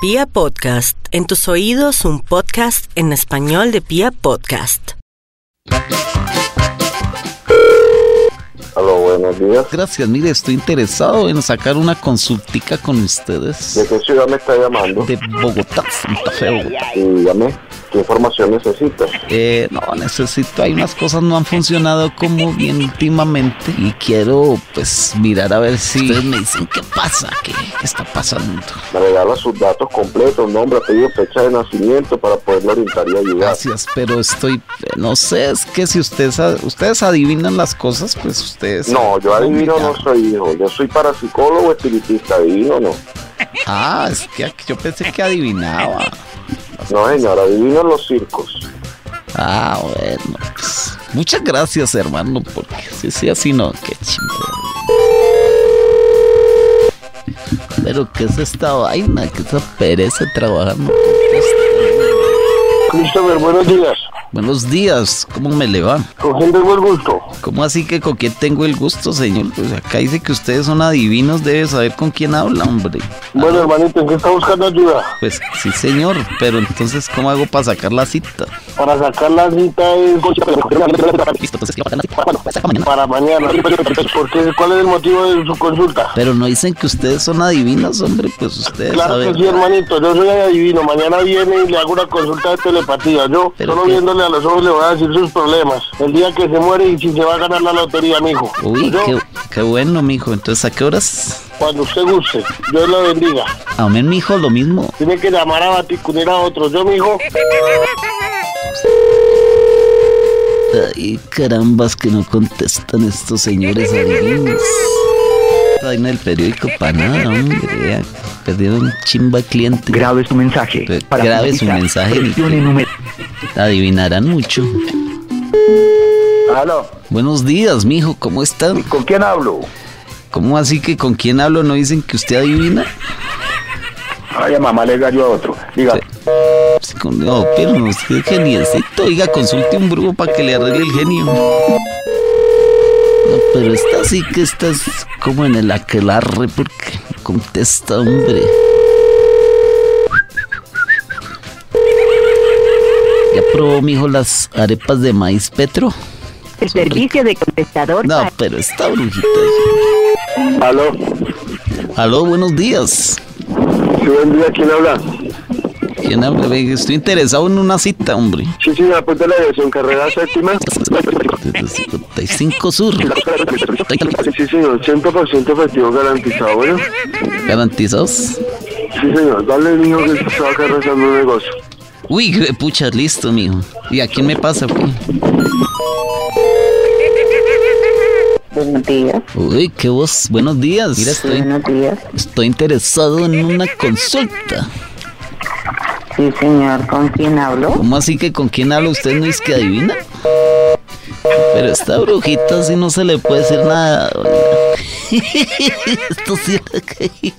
Pia Podcast, en tus oídos un podcast en español de Pia Podcast. Aló, buenos días. Gracias, mire, estoy interesado en sacar una consultica con ustedes ¿De qué ciudad me está llamando? de Bogotá, Santa Fe, Bogotá. Y dígame, ¿qué información necesita? Eh, no, necesito, hay unas cosas no han funcionado como bien últimamente y quiero pues mirar a ver si ustedes me dicen qué pasa, qué, qué está pasando. Me regala sus datos completos, nombre, apellido, fecha de nacimiento para poderle orientar y ayudar. Gracias, pero estoy, eh, no sé, es que si ustedes, a- ustedes adivinan las cosas, pues ustedes... No, yo adivino no soy hijo. Yo soy parapsicólogo, espiritista, adivino no. Ah, es que yo pensé que adivinaba. No, señor, adivino los circos. Ah, bueno. pues, muchas gracias, hermano, porque si sí, así no, qué chingada. Pero qué es esta vaina, qué esa pereza trabajando. Christopher, buenos días. Buenos días, ¿cómo me le va? ¿Con quién tengo el gusto? ¿Cómo así que con quién tengo el gusto, señor? Pues acá dice que ustedes son adivinos, debe saber con quién habla, hombre. Ah, Bueno, hermanito, ¿en qué está buscando ayuda? Pues sí, señor, pero entonces, ¿cómo hago para sacar la cita? Para sacar la cita es... Listo, entonces, yo para la cita, mañana. Para mañana. ¿Por qué? ¿Cuál es el motivo de su consulta? Pero no dicen que ustedes son adivinos, hombre, pues ustedes Claro que saben. sí, hermanito, yo soy adivino. Mañana viene y le hago una consulta de telepatía. Yo, Pero solo qué- viéndole a los ojos, le voy a decir sus problemas. El día que se muere y si se va a ganar la lotería, mijo. Uy, yo, qué, qué bueno, mijo. Entonces, ¿a qué horas? Cuando usted guste, Dios lo bendiga. Amén, mijo, lo mismo. Tiene que llamar a Baticunir a otros. Yo, mijo, Ay, carambas que no contestan estos señores adivinos. Está en el periódico para nada, hombre. ya. Perdieron chimba cliente. Grabe su mensaje. Eh, grabe su finalizar, mensaje, presione Nicolás. número- Adivinarán mucho. Aló, Buenos días, mijo, ¿cómo están? ¿con quién hablo? ¿Cómo así que con quién hablo no dicen que usted adivina? Ay, a mamá le gallo a otro. Diga, Pues, con- No, pero no, usted es geniecito. Oiga, consulte un brujo para que le arregle el genio. No, pero esta sí que esta es como en el aquelarre porque no contesta, hombre. ¿Ya probó, mijo, las arepas de maíz Petro? El servicio de contestador No, para- pero esta brujita. aló. Aló, buenos días. Sí, buen día, ¿quién habla? ¿Quién habla? Ve, Estoy interesado en una cita, hombre. Sí, sí, apunta la dirección, carrera séptima. 55 Sur. Sí, señor, 100% efectivo garantizado, bueno. ¿Garantizados? Sí, señor, dale, mijo, que se va rezando un negocio. Uy, jue- pucha, listo, mijo. ¿Y a quién me pasa, pues? Buenos días. Uy, qué voz. Buenos días. Mira, estoy, Buenos días. estoy interesado en una consulta. Sí, señor. ¿Con quién hablo? ¿Cómo así que con quién habla usted no es que adivina? Pero esta brujita sí no se le puede decir nada. doña. Esto sí.